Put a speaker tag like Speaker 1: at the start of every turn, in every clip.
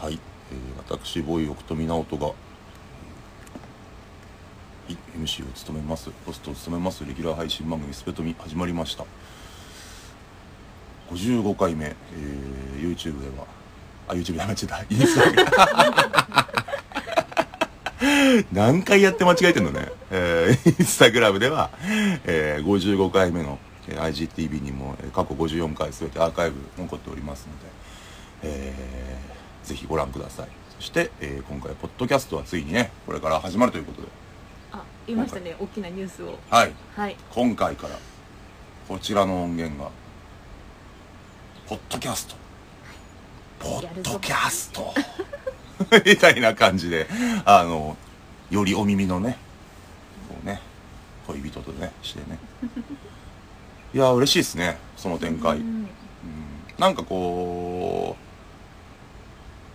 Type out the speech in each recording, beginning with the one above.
Speaker 1: はい、えー私ボーイ奥富直人がはい MC を務めますホストを務めますレギュラー配信番組「スペトミ」始まりました55回目、えー YouTube ではあ YouTube やめちゃったイ ンスタで 何回やって間違えてんのね、えーインスタグラムでは、えー55回目のえー IGTV にもえー過去54回全てアーカイブ残っておりますのでえーぜひご覧くださいそして、えー今回ポッドキャストはついにねこれから始まるということで
Speaker 2: あ、言いましたね、大きなニュースを。
Speaker 1: はい
Speaker 2: はい。
Speaker 1: 今回からこちらの音源がポッドキャストポッドキャスト みたいな感じであのよりお耳のねこうね恋人とねしてねいや嬉しいですねその展開、
Speaker 2: うん
Speaker 1: うんなんかこ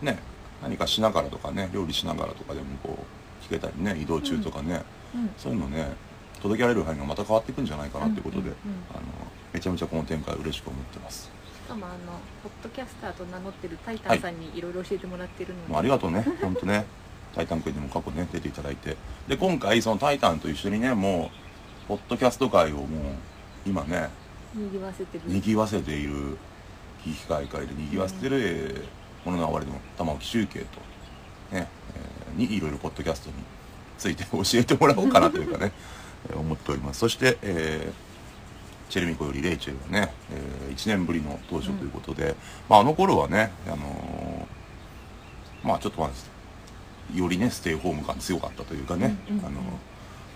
Speaker 1: うね何かしながらとかね料理しながらとかでもこう聞けたりね移動中とかね、
Speaker 2: うん
Speaker 1: そういうのね届けられる範囲がまた変わっていくんじゃないかなってことで、
Speaker 2: うんうんうん
Speaker 1: あのめちゃめちゃこの展開嬉しく思ってます
Speaker 2: しかもあのポッドキャスターと名乗ってるタイタンさんにいろいろ教えてもらってるので、
Speaker 1: もうありがとうね本当ね「タイタンクにも過去ね出ていただいてで今回その「タイタン」と一緒にねもうポッドキャスト界をもう今ね
Speaker 2: 賑わせてる。
Speaker 1: にぎわせている危機開会でにぎわせてる、えーもののあわれの玉置集計と、ねえーにいろいろポッドキャストについて教えてもらおうかなというかねえー思っておりますそして、えーチェルミコよりレイチェルがね、え1年ぶりの登場ということで、まあ、あの頃はね、あのーまあちょっとまあよりねステイホーム感強かったというかね、
Speaker 2: うんうんうん
Speaker 1: あの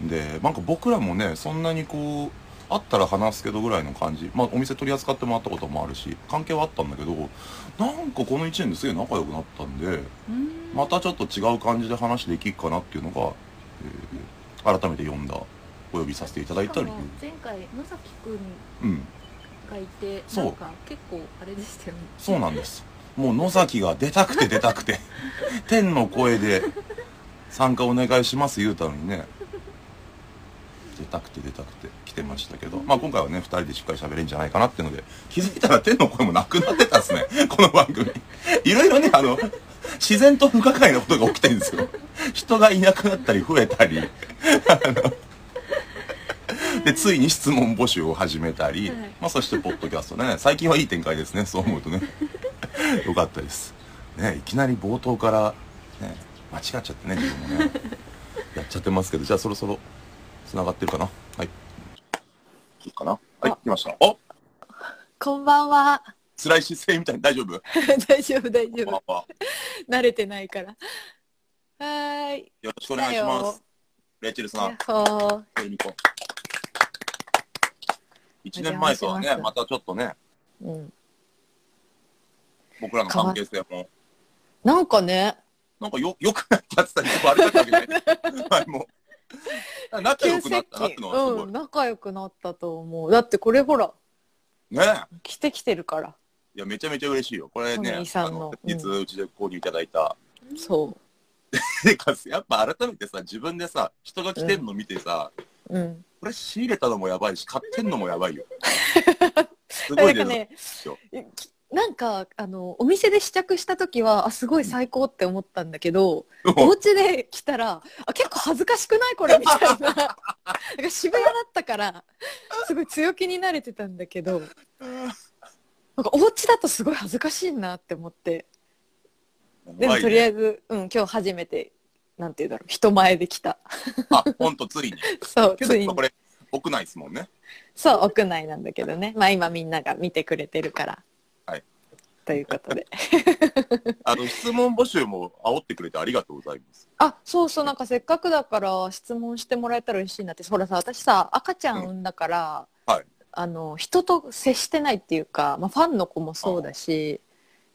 Speaker 1: でなんか僕らもねそんなにこう会ったら話すけどぐらいの感じまあお店取り扱ってもらったこともあるし関係はあったんだけどなんかこの1年ですげえ仲良くなったんで
Speaker 2: うん
Speaker 1: またちょっと違う感じで話できるかなっていうのが、えー改めて読んだお呼びさせていただいた理
Speaker 2: しかも前回野崎くん
Speaker 1: 由うん
Speaker 2: がいて、
Speaker 1: そう
Speaker 2: なんか結構あれでしたよね。
Speaker 1: そうなんですもう野崎が出たくて出たくて天の声で参加お願いします言うたのにね出たくて出たくて来てましたけど、まあ今回はね2人でしっかり喋れるんじゃないかなっていうので気づいたら天の声もなくなってたんですね この番組いろいろねあの自然と不可解なことが起きてるんですよ人がいなくなったり増えたりあのでついに質問募集を始めたり、
Speaker 2: はい
Speaker 1: まあ、そしてポッドキャストね最近はいい展開ですねそう思うとねよかったです、ね、いきなり冒頭から、ね、間違っちゃってね自分もねやっちゃってますけどじゃあそろそろつながってるかなはいいいかなはい
Speaker 2: あ
Speaker 1: 来ましたあ
Speaker 2: こんばんは。
Speaker 1: 辛い姿勢みたいに大丈夫
Speaker 2: 大丈夫大丈
Speaker 1: こんばん。は
Speaker 2: 慣れてないから。はーい。
Speaker 1: よろしくお願いし
Speaker 2: だ
Speaker 1: ま
Speaker 2: よ
Speaker 1: すレイチェルさん
Speaker 2: ほー。
Speaker 1: ユニコ1年前とはね
Speaker 2: お邪魔します
Speaker 1: またちょっとね
Speaker 2: うん。
Speaker 1: 僕らの関係性も
Speaker 2: なんかね、
Speaker 1: なんかよ よくなったって言ったらちょっと悪かったけどね前も仲良くなったなってのはすごい
Speaker 3: うん、仲良くなったと思うだってこれほら
Speaker 1: ねえ
Speaker 3: 着てきてるから
Speaker 1: いやめちゃめちゃ嬉しいよこれね
Speaker 3: トミーさんの
Speaker 1: あの先日うちで購入いただいた、
Speaker 3: そ
Speaker 1: でかつやっぱ改めてさ自分でさ人が来てんの見てさ、
Speaker 3: ううん
Speaker 1: これ仕入れたのもやばいし買ってんのもやばいよすご
Speaker 3: ないん
Speaker 1: で
Speaker 3: か
Speaker 1: す
Speaker 3: ね
Speaker 1: よ
Speaker 3: きなんかあのお店で試着した時はあすごい最高って思ったんだけど、お家で来たらあ結構恥ずかしくないこれみた いななんか渋谷だったからすごい強気になれてたんだけどなんかお家だとすごい恥ずかしいなって思ってでもとりあ
Speaker 1: え
Speaker 3: えず、うん、今日初めてなんて言うんだろう人前で来た
Speaker 1: ずあほんとつい に
Speaker 3: そう
Speaker 1: け
Speaker 3: つい
Speaker 1: ど
Speaker 3: に
Speaker 1: これ屋内ですもんね
Speaker 3: そう屋内なんだけどねまあ今みんなが見てくれてるから
Speaker 1: はい
Speaker 3: ということで
Speaker 1: あの質問募集も煽ってくれてありがとうございます
Speaker 3: あそうそうなんかせっかくだから質問してもらえたら嬉しいなってほらさ私さ赤ちゃん産んだから、
Speaker 1: うんはい
Speaker 3: あの人と接してないっていうか、まあ、ファンの子もそうだし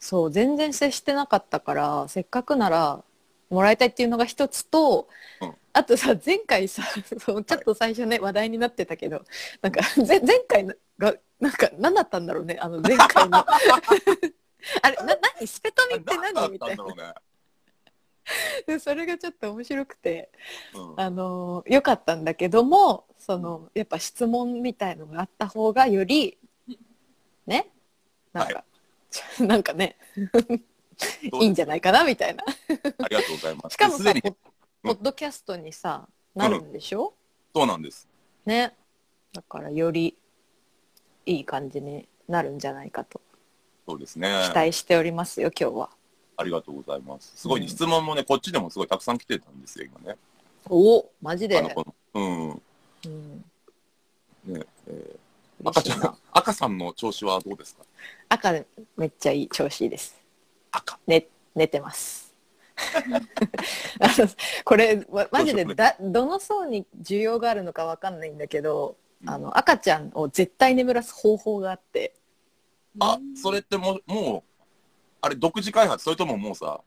Speaker 3: そう全然接してなかったからせっかくならもらいたいっていうのが一つと、
Speaker 1: うん
Speaker 3: あとさ前回さそうちょっと最初ね、話題になってたけどなんかぜ前回のがなんか何だったんだろうねあの前回 のあれな何スペトミって
Speaker 1: だ
Speaker 3: 何
Speaker 1: っ
Speaker 3: み
Speaker 1: たん
Speaker 3: た
Speaker 1: だ
Speaker 3: いな
Speaker 1: ろうね、
Speaker 3: でそれがちょっと面白くて
Speaker 1: うん、
Speaker 3: あの良かったんだけどもそのやっぱ質問みたいのがあった方がよりねなんか、なんかねいいんじゃないかなみたいな。
Speaker 1: ありがとうございます。
Speaker 3: しかも
Speaker 1: す
Speaker 3: さ
Speaker 1: でに
Speaker 3: ポッポッドキャストにさなるんでしょ、
Speaker 1: そうなんです。
Speaker 3: ねだからよりいい感じになるんじゃないかと
Speaker 1: そうですね。
Speaker 3: 期待しておりますよ今日は。
Speaker 1: ありがとうございます。すごい、ね
Speaker 3: うん
Speaker 1: 質問もね、こっちでもすごいたくさん来てたんですよ、今ね。
Speaker 3: おマジで、
Speaker 1: あのこの
Speaker 3: う
Speaker 1: う
Speaker 3: ん、
Speaker 1: ん。ねえー
Speaker 3: 嬉
Speaker 1: 赤
Speaker 3: しい
Speaker 1: ちゃ、
Speaker 3: なん
Speaker 1: 赤さんの調子はどうですか
Speaker 3: 赤めっちゃいい調子いいです。
Speaker 1: 赤。
Speaker 3: 寝寝てます。 あのこれわマジでだどの層に需要があるのかわかんないんだけど、あの赤ちゃんを絶対眠らす方法があって
Speaker 1: あ、それってもう、もう、あれ、独自開発それとももうさ、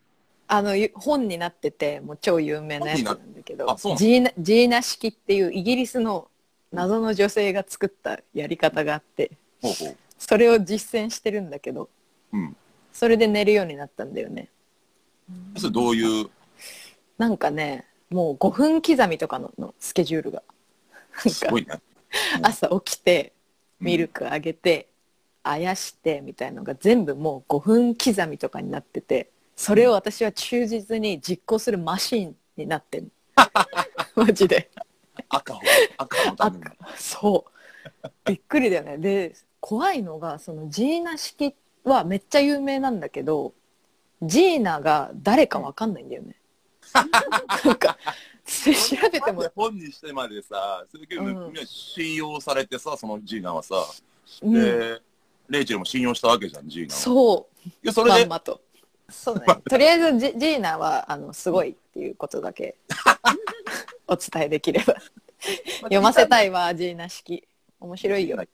Speaker 3: あのゆ本になっててもう超有名なやつなんだけ
Speaker 1: 本にな
Speaker 3: ど
Speaker 1: あそうなの
Speaker 3: ジーナジーナ式っていうイギリスの謎の女性が作ったやり方があって
Speaker 1: ほうほう。
Speaker 3: それを実践してるんだけど
Speaker 1: うん。
Speaker 3: それで寝るようになったんだよね。
Speaker 1: それどういう、
Speaker 3: なんかねもう5分刻みとかののスケジュールがなん
Speaker 1: す
Speaker 3: か
Speaker 1: ごいね。
Speaker 3: 朝起きて
Speaker 1: うん
Speaker 3: ミル。クあげて、あやしてみたいのが全部もう5分刻みとかになっててそれを私は忠実に実行するマシーンに なってんマジで
Speaker 1: 赤を、赤のた
Speaker 3: あ
Speaker 1: めに。
Speaker 3: そうびっくりだよねで怖いのがそのジーナ式はめっちゃ有名なんだけどジーナが誰かわかんないんだよ ね、なんか調べても
Speaker 1: 本にしてまでさ、それけど、
Speaker 3: うん
Speaker 1: みんな信用されてさ、そのジーナはさ、
Speaker 3: うん
Speaker 1: で、レイチェルも信用したわけじゃん、ジーナを。
Speaker 3: そう
Speaker 1: いや、それ
Speaker 3: まん
Speaker 1: で、
Speaker 3: まと。そうね。とりあえずジジーナはあのすごいっていうことだけお伝えできれば。読ませたいわジーナ式。面白いよ。
Speaker 1: い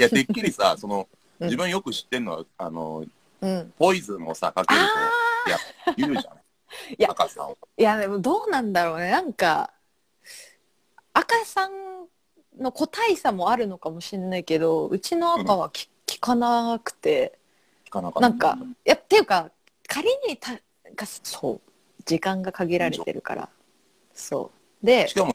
Speaker 1: や、てっきり さ、その、
Speaker 3: うん
Speaker 1: 自分よく知ってんのは、あの、
Speaker 3: うん。
Speaker 1: ポイズンをさ、かけると、いや、言うじゃん。
Speaker 3: や
Speaker 1: 赤さんを。
Speaker 3: いやでもどうなんだろうね。なんか赤さんの個体差もあるのかもしれないけど、うちの赤はき聞かなくて、
Speaker 1: 聞かなかった。
Speaker 3: なんかいやっていうか仮にたかそう時間が限られてるから、そうで
Speaker 1: し、かも、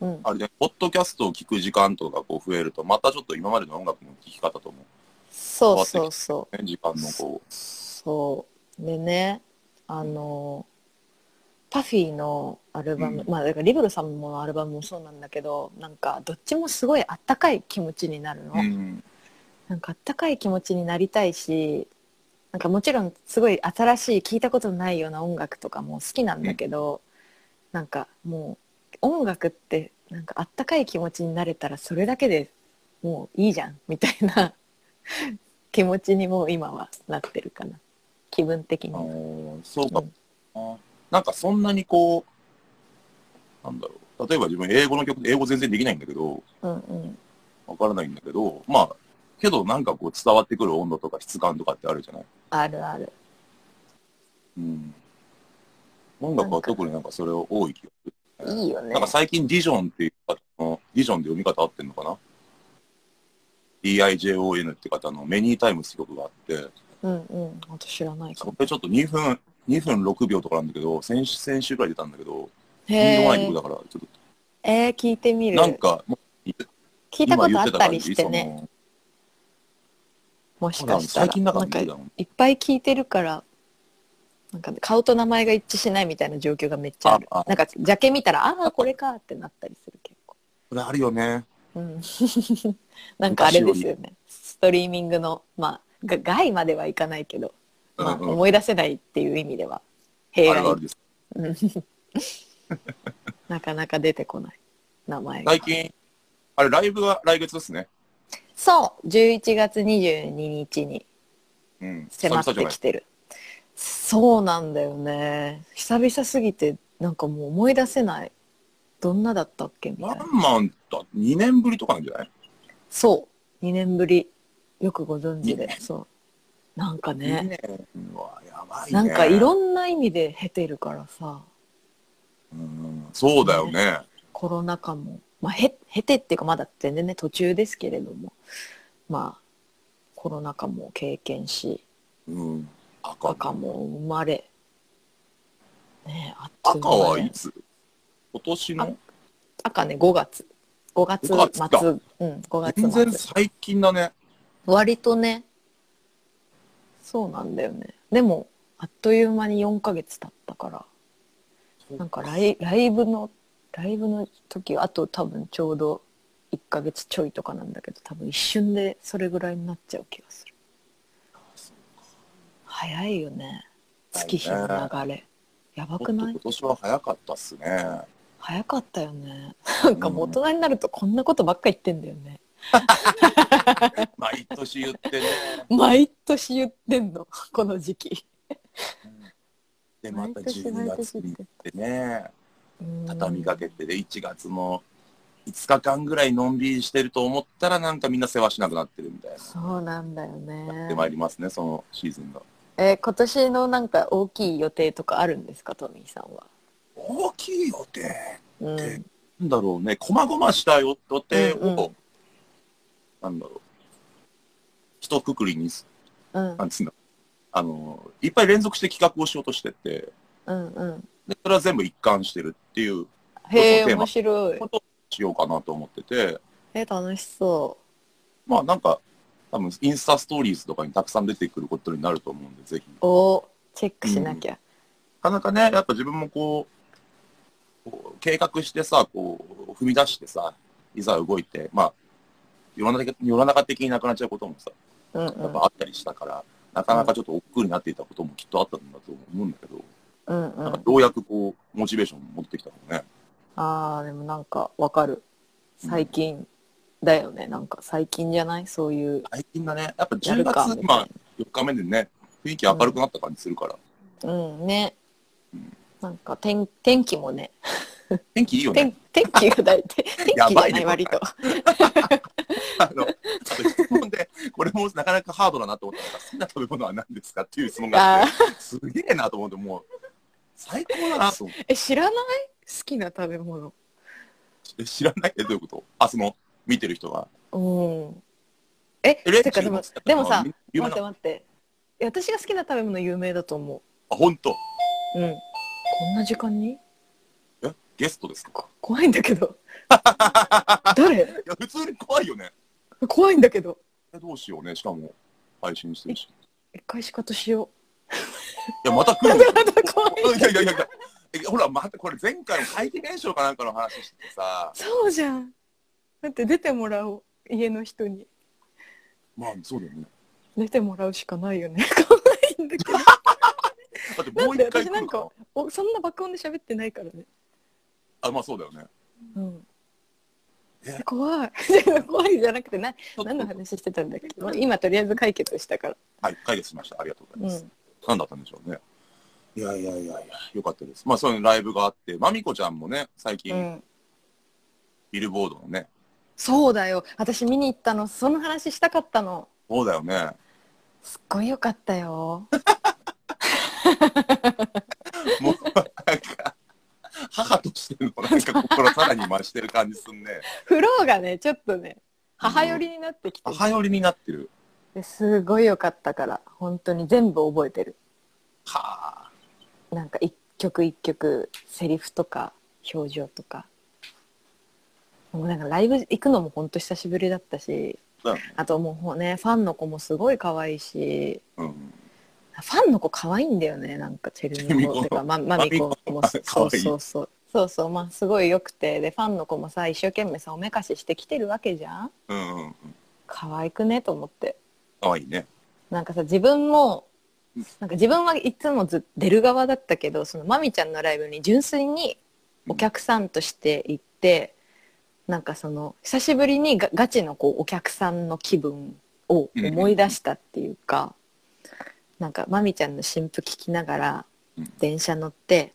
Speaker 3: うん、
Speaker 1: あれね、ポッドキャストを聞く時間とかこう増えると、またちょっと今までの音楽の聴き方とも、
Speaker 3: そうそうそう。
Speaker 1: ね、時間のこう、
Speaker 3: そうでねあの、パフィーのアルバム、
Speaker 1: うん
Speaker 3: まあだからリブルさんものアルバムもそうなんだけどなんかどっちもすごいあったかい気持ちになるの、
Speaker 1: うん、
Speaker 3: なんかあったかい気持ちになりたいしなんかもちろんすごい新しい聞いたことないような音楽とかも好きなんだけど、なんかもう音楽ってなんかあったかい気持ちになれたらそれだけでもういいじゃんみたいな 気持ちにもう今はなってるかな気分的
Speaker 1: あ
Speaker 3: に。
Speaker 1: のーそうか、あなんかそんなにこう、なんだろう、例えば自分英語の曲、英語全然できないんだけど、
Speaker 3: うんうん
Speaker 1: わからないんだけど、まあ、けどなんかこう伝わってくる温度とか質感とかってあるじゃない
Speaker 3: あるある。
Speaker 1: うん。音楽は特になんかそれを多い気がする。
Speaker 3: いいよね
Speaker 1: なんか。最近ディジョンっていう方の、ディジョンで読み方合ってんのかな ?DIJON って方のメニータイムって曲があって、
Speaker 3: うんうん。あと知らないか
Speaker 1: そ
Speaker 3: も。
Speaker 1: れちょっと2分、2分6秒とかなんだけど、先週、先週くらい出たんだけど、
Speaker 3: へ
Speaker 1: インドワイン
Speaker 3: え
Speaker 1: 曲。だから、ちょっ
Speaker 3: えー、聞いてみ
Speaker 1: と、
Speaker 3: る。
Speaker 1: なんか、もう
Speaker 3: 聞いた
Speaker 1: 今
Speaker 3: こと
Speaker 1: 言っ
Speaker 3: あって
Speaker 1: た
Speaker 3: た
Speaker 1: 感
Speaker 3: り
Speaker 1: じ、
Speaker 3: してね。も
Speaker 1: そ
Speaker 3: し
Speaker 1: の、
Speaker 3: か
Speaker 1: そう
Speaker 3: し
Speaker 1: だ
Speaker 3: たら。
Speaker 1: 最近だから
Speaker 3: なんか
Speaker 1: 見てたの
Speaker 3: いっぱい聞いてるからなんか顔と名前が一致しないみたいな状況がめっちゃある
Speaker 1: ああ
Speaker 3: なんかジャケ見たらああこれかってなったりする結構、
Speaker 1: それあるよね。
Speaker 3: うんなん かあれですよねストリーミングのまあが害まではいかないけど、
Speaker 1: うん
Speaker 3: まあ、
Speaker 1: うん。
Speaker 3: 思い出せないっていう意味では弊
Speaker 1: あるあ
Speaker 3: 害
Speaker 1: るです。
Speaker 3: なかなか出てこない名前が
Speaker 1: 最近、あれ、ライブは来月ですね。
Speaker 3: そう11月22日に
Speaker 1: うん。
Speaker 3: 迫っ
Speaker 1: 久々じ
Speaker 3: て
Speaker 1: ゃな
Speaker 3: き
Speaker 1: い
Speaker 3: てるそうなんだよね久々すぎてなんかもう思い出せないどんなだったっけみたい
Speaker 1: ワ
Speaker 3: な
Speaker 1: ンマンだ、2年ぶりとかなんじゃない
Speaker 3: そう2年ぶりよくご存
Speaker 1: い
Speaker 3: 知
Speaker 1: い
Speaker 3: で
Speaker 1: ね
Speaker 3: そうなんか
Speaker 1: いい
Speaker 3: ね
Speaker 1: ねうわやばいね。
Speaker 3: なんかいろんな意味で経てるからさ
Speaker 1: うんそうだよね。
Speaker 3: コロナ禍もまあへ経てっていうかまだ全然ね途中ですけれどもまあコロナ禍も経験し
Speaker 1: うん。赤
Speaker 3: 赤も生まれねえあっという
Speaker 1: 赤
Speaker 3: 間だよ
Speaker 1: はいつ今年の
Speaker 3: 赤ね5月5月末
Speaker 1: 5月か
Speaker 3: うん5
Speaker 1: 全然
Speaker 3: 月末
Speaker 1: 最近だね。
Speaker 3: 割とねそうなんだよねでもあっという間に4ヶ月経ったからなんかライライブのライブの時あと多分ちょうど1ヶ月ちょいとかなんだけど多分一瞬でそれぐらいになっちゃう気がする早いよね月日の流れやば
Speaker 1: ち
Speaker 3: く
Speaker 1: ょっと
Speaker 3: ない
Speaker 1: 今年は早かったっすね。
Speaker 3: 早かったよねなんかもう大人になるとこんなことばっか言ってんだよね
Speaker 1: 毎年言って ね。
Speaker 3: 毎年言ってんの この時期
Speaker 1: で、また
Speaker 3: 毎年
Speaker 1: 12月に行ってね、
Speaker 3: うん
Speaker 1: 畳みかけてで、1月の5日間ぐらいのんびりしてると思ったら、なんかみんな世話しなくなってるみたい
Speaker 3: そうなんだよ
Speaker 1: な。や
Speaker 3: ね
Speaker 1: ってまいりますね、そのシーズンが。
Speaker 3: えー今年のなんか大きい予定とかあるんですかトミーさんは、
Speaker 1: 大きい予定。
Speaker 3: うん
Speaker 1: えなんだろうね、こまごました予定を、
Speaker 3: うんうん
Speaker 1: なんだろう、一括りにす、
Speaker 3: うん
Speaker 1: なんつうんだ、あの、いっぱい連続して企画をしようとしてて、
Speaker 3: うんうん
Speaker 1: でそれは全部一貫してるっていう
Speaker 3: へえ
Speaker 1: テーマ
Speaker 3: 面白い
Speaker 1: ことをしようかなと思ってて、
Speaker 3: えー楽しそ
Speaker 1: まあなんか、多分インスタストーリーズとかにたくさん出てくることになると思うんで、ぜひ。
Speaker 3: う
Speaker 1: な
Speaker 3: おチェックしなきゃ、
Speaker 1: かなかね、やっぱ自分もこう、こう計画してさ、こう、踏み出してさ、いざ動いて、まあ、世の中世の中的になくなっちゃうこともさ、
Speaker 3: うん
Speaker 1: やっぱあったりしたから、なかなかちょっと億劫になっていたこともきっとあったんだと思うんだけど、
Speaker 3: うんうんう
Speaker 1: なんか
Speaker 3: ん
Speaker 1: ようやくこう、モチベーション持ってきたのね。
Speaker 3: あーでもなんかわかる最近だよねなんか最近じゃないそういう
Speaker 1: 最近だね、やっぱ
Speaker 3: や
Speaker 1: 10
Speaker 3: るか
Speaker 1: 月、
Speaker 3: みた
Speaker 1: 今
Speaker 3: い、
Speaker 1: 4日目でね、雰囲気明るくなった感じするから、
Speaker 3: なうんね
Speaker 1: うん
Speaker 3: なんか天天気もね
Speaker 1: 天気いいよね。
Speaker 3: 天天気が大 体天
Speaker 1: や
Speaker 3: 気
Speaker 1: ば
Speaker 3: が
Speaker 1: い
Speaker 3: な
Speaker 1: ね
Speaker 3: い割と
Speaker 1: あの、ちょっと質問で、これもなかなかハードだなと思ったのが、好きな食べ物は何ですかっていう質問があ
Speaker 3: あ
Speaker 1: って、すげえなと思って、もう、最高だなと思っ
Speaker 3: ーえ知らない好きな食べ物
Speaker 1: て、知らないえどういうことあ、その、見てる人が。
Speaker 3: うんえ
Speaker 1: えレイチ
Speaker 3: て
Speaker 1: ェ
Speaker 3: か
Speaker 1: ル
Speaker 3: で
Speaker 1: の
Speaker 3: も
Speaker 1: 好きな食べ
Speaker 3: で
Speaker 1: 物
Speaker 3: もさ
Speaker 1: は有名
Speaker 3: 待っ
Speaker 1: な
Speaker 3: て待っていや私が好きな食べ物有名だと思
Speaker 1: あ、本当
Speaker 3: ううんこんな時間に
Speaker 1: えゲストですか
Speaker 3: こ怖いんだけど誰
Speaker 1: いや、普通に怖いよね。
Speaker 3: 怖いんだけど
Speaker 1: えどうしようね、しかも、配信してるし。
Speaker 3: 一回仕方しよ
Speaker 1: いや、また来る
Speaker 3: う
Speaker 1: んです
Speaker 3: ま
Speaker 1: よ
Speaker 3: たまた怖い
Speaker 1: いやいやいやいや。えほら、またこれ前回の怪奇現象かなんかの話しててさ、
Speaker 3: そうじゃんだって出てもらおう家の人に
Speaker 1: まあそうだよね。
Speaker 3: 出てもらうしかないよね 怖いんだけど
Speaker 1: だって もう
Speaker 3: だ
Speaker 1: 一
Speaker 3: って
Speaker 1: 回
Speaker 3: 私
Speaker 1: 来
Speaker 3: なん
Speaker 1: るから
Speaker 3: か。おそんな爆音で喋ってないからね
Speaker 1: あ、まあそうだよね。
Speaker 3: うん
Speaker 1: え
Speaker 3: 怖い 怖いじゃなくてな何の話してたんだっけもう今とりあえず解決したから
Speaker 1: はい、解決しました。ありがとうございます。
Speaker 3: うん
Speaker 1: 何だったんでしょうね。いやいやいやいや、よかったです。まあそういうライブがあって、まみこちゃんもね、最近、
Speaker 3: うん
Speaker 1: ビルボードのね、
Speaker 3: そうだよ私見に行ったのその話したかったの
Speaker 1: そうだよね。
Speaker 3: すっごいよかったよ
Speaker 1: もう、なんか、母としてのなんか心さらに増してる感じすんね。
Speaker 3: フローがねちょっとね母寄りになってきて
Speaker 1: 母寄りになってる。
Speaker 3: ですごいよかったから本当に全部覚えてる
Speaker 1: はあ。
Speaker 3: なんか一曲一曲セリフとか表情とかもうなんかライブ行くのも本当久しぶりだったし
Speaker 1: だよね。
Speaker 3: あともうほねファンの子もすごい可愛いし
Speaker 1: うん。
Speaker 3: ファンの子可愛いんだよねなんかチェルミコとかまマミコもそうそうそうそうそうまあすごいよくてでファンの子もさ一生懸命さおめかししてきてるわけじゃん
Speaker 1: うんうんうん。
Speaker 3: 可愛くねと思って
Speaker 1: かわいいね。
Speaker 3: なんかさ自分もなんか自分はいつもず出る側だったけどそのまみちゃんのライブに純粋にお客さんとして行って、なんかその久しぶりにがガチのこうお客さんの気分を思い出したっていうか、なんかまみちゃんの新譜聞きながら
Speaker 1: うん
Speaker 3: 電車乗って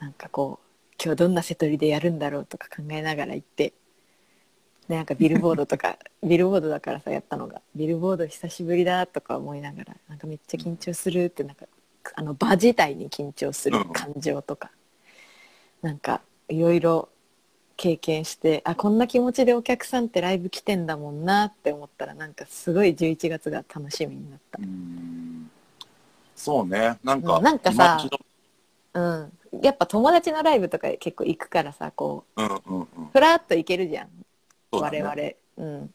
Speaker 3: なんかこう今日どんな瀬戸りでやるんだろうとか考えながら行ってでなんかビルボードとかビルボードだからさやったのがビルボード久しぶりだとか思いながらなんかめっちゃ緊張するってなんかあの場自体に緊張する感情とか、なんかいろいろ経験してあこんな気持ちでお客さんってライブ来てんだもんなって思ったらなんかすごい11月が楽しみになっ
Speaker 1: うーんそうね、なんか、
Speaker 3: うんなんかさ
Speaker 1: 今一度
Speaker 3: た、うん、やっぱ友達のライブとか結構行くからさこ
Speaker 1: うんうんうん、
Speaker 3: うふらっと行けるじゃん、
Speaker 1: そうだ
Speaker 3: 我
Speaker 1: ね
Speaker 3: 々、うん、なん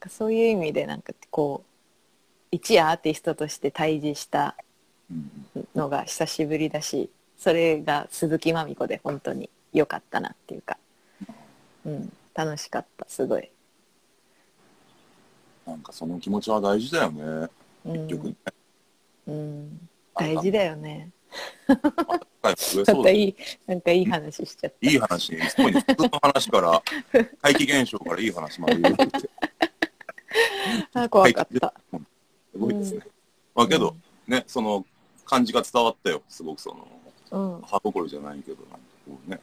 Speaker 3: かそういう意味でなんかこう一アーティストとして対峙した
Speaker 1: うん
Speaker 3: のが久しぶりだしそれが鈴木まみ子で本当に良かったなっていうか、うん、楽しかったすごい、
Speaker 1: なんかその気持ちは大事だよね
Speaker 3: うん、
Speaker 1: 結局ね、
Speaker 3: うん、大事だよね
Speaker 1: はいそう
Speaker 3: ま
Speaker 1: だ
Speaker 3: た
Speaker 1: い
Speaker 3: いいなんかいい話しちゃった
Speaker 1: い話ねすごいね普通の話から怪奇現象からいい話まで言うってす
Speaker 3: あ怖かった、
Speaker 1: ごいですね、まあけど、ねその感じが伝わったよすごくその
Speaker 3: うん、うん
Speaker 1: 歯心じゃないけどなんかこうね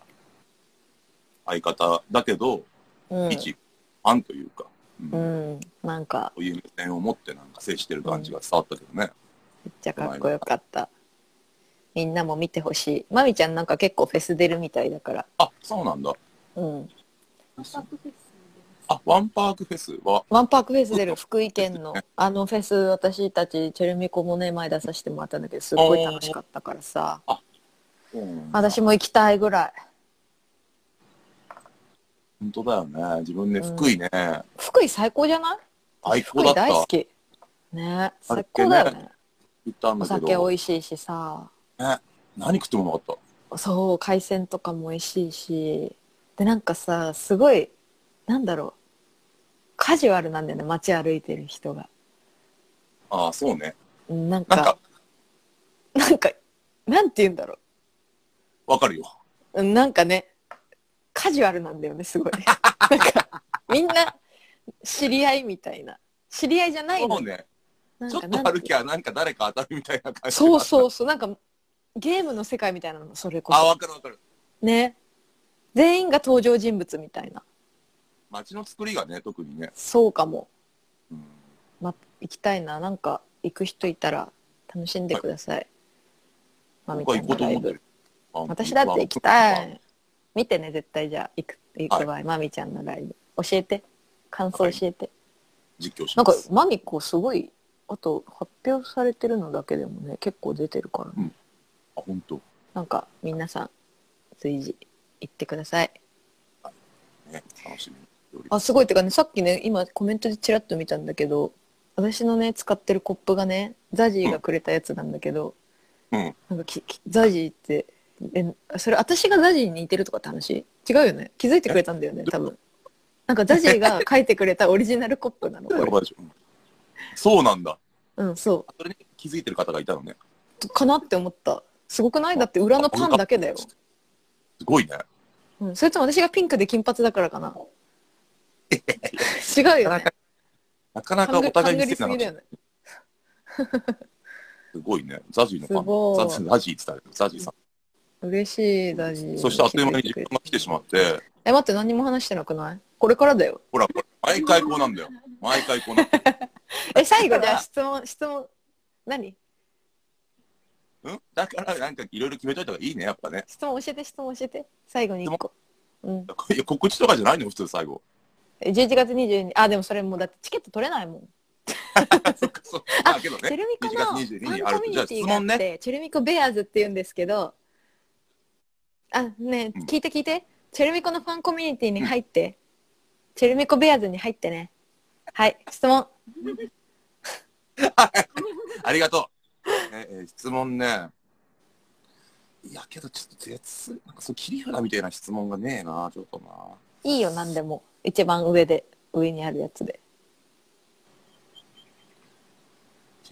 Speaker 1: 相方だけど、
Speaker 3: うん
Speaker 1: 一ファンというか、うん
Speaker 3: う
Speaker 1: そ
Speaker 3: ん、なんか
Speaker 1: ういう目線を持ってなんか接してる感じが伝わったけどね、
Speaker 3: めっちゃかっこよかったみんなも見てほしいまみちゃんなんか結構フェス出るみたいだから
Speaker 1: あそうなんだ
Speaker 3: うん
Speaker 2: パクフェス
Speaker 1: あワンパークフェスは
Speaker 3: ワンパークフェス出る福井県 のあのフェス私たちチェルミコもね前出させてもらったんだけどすっごい楽しかったからさ私も行きたいぐらい
Speaker 1: 本当だよね自分ね
Speaker 3: うん
Speaker 1: 福井ね、
Speaker 3: 福井最高じゃない
Speaker 1: 最
Speaker 3: 福
Speaker 1: 高だった
Speaker 3: 井大好
Speaker 1: 行
Speaker 3: きね
Speaker 1: あれ
Speaker 3: 最
Speaker 1: って
Speaker 3: 高
Speaker 1: ね
Speaker 3: だよね
Speaker 1: ったんだ
Speaker 3: お
Speaker 1: け
Speaker 3: 酒美
Speaker 1: ど
Speaker 3: 味しいしさ
Speaker 1: 何食ってもなかっ
Speaker 3: そう海鮮とかも美味しいしでなんかさすごいなんだろうカジュアルなんだよね街歩いてる人が
Speaker 1: たああそうね
Speaker 3: うんなん
Speaker 1: なんか
Speaker 3: かなんかなんて言うんだろ
Speaker 1: わかるよ
Speaker 3: ううんなんかねカジュアルなんだよねすごいなんかみんな知り合いみたいな知り合いじゃない
Speaker 1: そ
Speaker 3: の
Speaker 1: うね
Speaker 3: なん
Speaker 1: ちょっ
Speaker 3: か
Speaker 1: と
Speaker 3: なんて
Speaker 1: 歩きゃなんか誰か当たるみたいな感じ
Speaker 3: そう
Speaker 1: う
Speaker 3: そうそうなんかゲームの世界みたいなのそれこ
Speaker 1: あ
Speaker 3: そ
Speaker 1: わかるわかる
Speaker 3: ね全員が登場人物みたいな
Speaker 1: 街の作りがね特にね、
Speaker 3: そうかも
Speaker 1: うん
Speaker 3: ま、行きたいななんか行く人いたら楽しんでください、まみ
Speaker 1: 僕
Speaker 3: ち
Speaker 1: は
Speaker 3: ゃ
Speaker 1: 行こうと思
Speaker 3: んのライ
Speaker 1: って
Speaker 3: ブ
Speaker 1: るワン
Speaker 3: 私だって行きた
Speaker 1: ワン
Speaker 3: い見てね絶対じゃあ行く行く場合、まみちゃんのライブ教えて感想教えて、
Speaker 1: 実況し
Speaker 3: な
Speaker 1: ま
Speaker 3: んか
Speaker 1: す
Speaker 3: まみこすごいあと発表されてるのだけでもね結構出てるから、
Speaker 1: うんあ本当
Speaker 3: なんか皆さん随時行ってください
Speaker 1: ね楽しみにしております
Speaker 3: あすごいってかねさっきね今コメントでチラッと見たんだけど私のね使ってるコップがねザジーがくれたやつなんだけど、
Speaker 1: うん
Speaker 3: なんかききザジーってえそれ私がザジーに似てるとかって話違うよね気づいてくれたんだよね多分なんかザジーが書いてくれたオリジナルコップなの
Speaker 1: や
Speaker 3: こ
Speaker 1: ばいでしょうんそうなんだ
Speaker 3: れうんそ
Speaker 1: それに気づいてる方がいたのね
Speaker 3: うかなって思ったすごくないだって裏のパンだけだよ、
Speaker 1: すごいね
Speaker 3: うん、それとも私がピンクで金髪だから かな違うよね
Speaker 1: なかなか
Speaker 3: 勘ぐ
Speaker 1: お互いに
Speaker 3: 勘ぐり
Speaker 1: 好き
Speaker 3: す
Speaker 1: な
Speaker 3: ぎ
Speaker 1: の
Speaker 3: だよね
Speaker 1: すごいね。ザジーの
Speaker 3: すご
Speaker 1: ファ
Speaker 3: い
Speaker 1: ン。ザジザジーって言ったら、ザジーさ
Speaker 3: 嬉しいザジー
Speaker 1: ん。そしてあっという間に
Speaker 3: 気
Speaker 1: 時
Speaker 3: づてく
Speaker 1: 間
Speaker 3: れ
Speaker 1: が来てしまって、
Speaker 3: え待って何も話してなくないこれからだよ
Speaker 1: ほら、これ毎回こうなんだよ。毎回こうなんだよ。
Speaker 3: え最後
Speaker 1: だか
Speaker 3: じ
Speaker 1: ら
Speaker 3: ゃあ質問質問何
Speaker 1: うんだから、なんかいろいろ決めといた方がいいね、やっぱね。
Speaker 3: 質問教えて質問教えて最後に1個うん
Speaker 1: こいや告知とかじゃないの、普通最後。
Speaker 3: え11月22あでもそれもうだってチケット取れないもん
Speaker 1: そっか、そっか。まあけど
Speaker 3: チェ
Speaker 1: ね。
Speaker 3: ルミコのフ
Speaker 1: 11月22
Speaker 3: ァ
Speaker 1: に
Speaker 3: ン
Speaker 1: あ
Speaker 3: コ
Speaker 1: る
Speaker 3: ミ
Speaker 1: じ
Speaker 3: ュ
Speaker 1: ゃあ
Speaker 3: ニティ
Speaker 1: 質
Speaker 3: があっ
Speaker 1: 問
Speaker 3: て、
Speaker 1: ね。
Speaker 3: チェルミコベアーズって言うんですけどあねえ
Speaker 1: うん
Speaker 3: 聞いて聞いてチェルミコのファンコミュニティに入って、チェルミコベアーズに入ってねはい質問
Speaker 1: ありがとう。ええ質問ね。いや、けどちょっと絶、なんかそう、切り札みたいな質問がねえな、ちょっとな。
Speaker 3: いいよ何でも一番上で上にあるやつで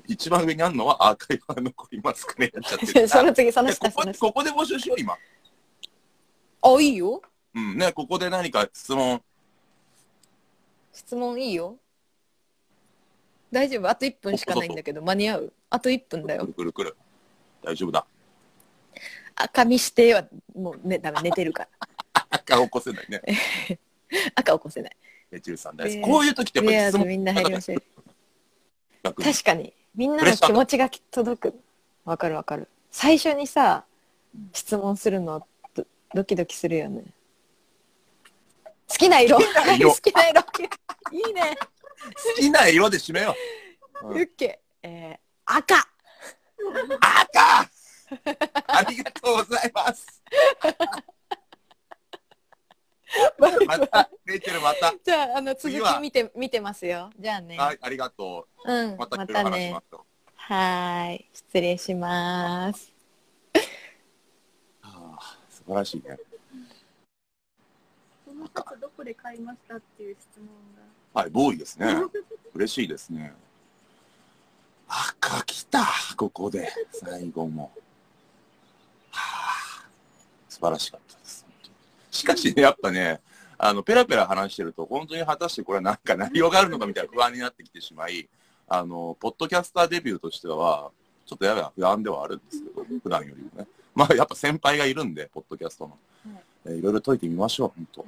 Speaker 1: 一番上にあるのはアーカイブは残りますかね、やっちゃってる
Speaker 3: その次その
Speaker 1: えこ
Speaker 3: 下そ
Speaker 1: こ
Speaker 3: の下
Speaker 1: ここで募集しよう、今。
Speaker 3: あいいよ
Speaker 1: うんね、ここで何か質問、
Speaker 3: 質問いいよ大丈夫あと1分しかないんだけど間に合うあと1分だ
Speaker 1: く
Speaker 3: よ
Speaker 1: るくるくる。大丈夫だ。
Speaker 3: 赤見してはもうねダメ寝てるから
Speaker 1: 赤を起こせないね。
Speaker 3: 赤起こせない
Speaker 1: レチルさんです。
Speaker 3: ね
Speaker 1: こういう時ってやっ
Speaker 3: とり
Speaker 1: ぱり質問
Speaker 3: あえずみんな入りましょう
Speaker 1: が来る
Speaker 3: 確かにみんなの気持ちが届くわかるわかる最初にさ質問するのドドキドキするよね好きな色
Speaker 1: 好きな色
Speaker 3: はい 好きな色いいね
Speaker 1: 好きな色で締めよう。
Speaker 3: ユッケえー、赤
Speaker 1: 赤ありがとうございます。
Speaker 3: バイバイ
Speaker 1: また、レイチェルまた。
Speaker 3: じゃああの続
Speaker 1: 次は
Speaker 3: き見て見てますよじゃあね
Speaker 1: はい、ありがとう。
Speaker 3: うん、ま
Speaker 1: またいろい
Speaker 3: た
Speaker 1: ろ話し
Speaker 3: ね
Speaker 1: ま。しょう。
Speaker 3: はーい、失礼します。
Speaker 1: はあ素晴らしいね。
Speaker 2: その方どこで買いましたっていう質問が。
Speaker 1: はい、ボーイですね。嬉しいですね。赤来た、ここで、最後も。はあ、素晴らしかったです。本当にしかしね、やっぱね、あの、ペラペラ話してると、本当に果たしてこれはなんか内容があるのかみたいな不安になってきてしまい、あの、ポッドキャスターデビューとしては、ちょっとやや不安ではあるんですけど、普段よりもね。まあ、やっぱ先輩がいるんで、ポッドキャストの。えーいろいろ解いてみましょう、本当。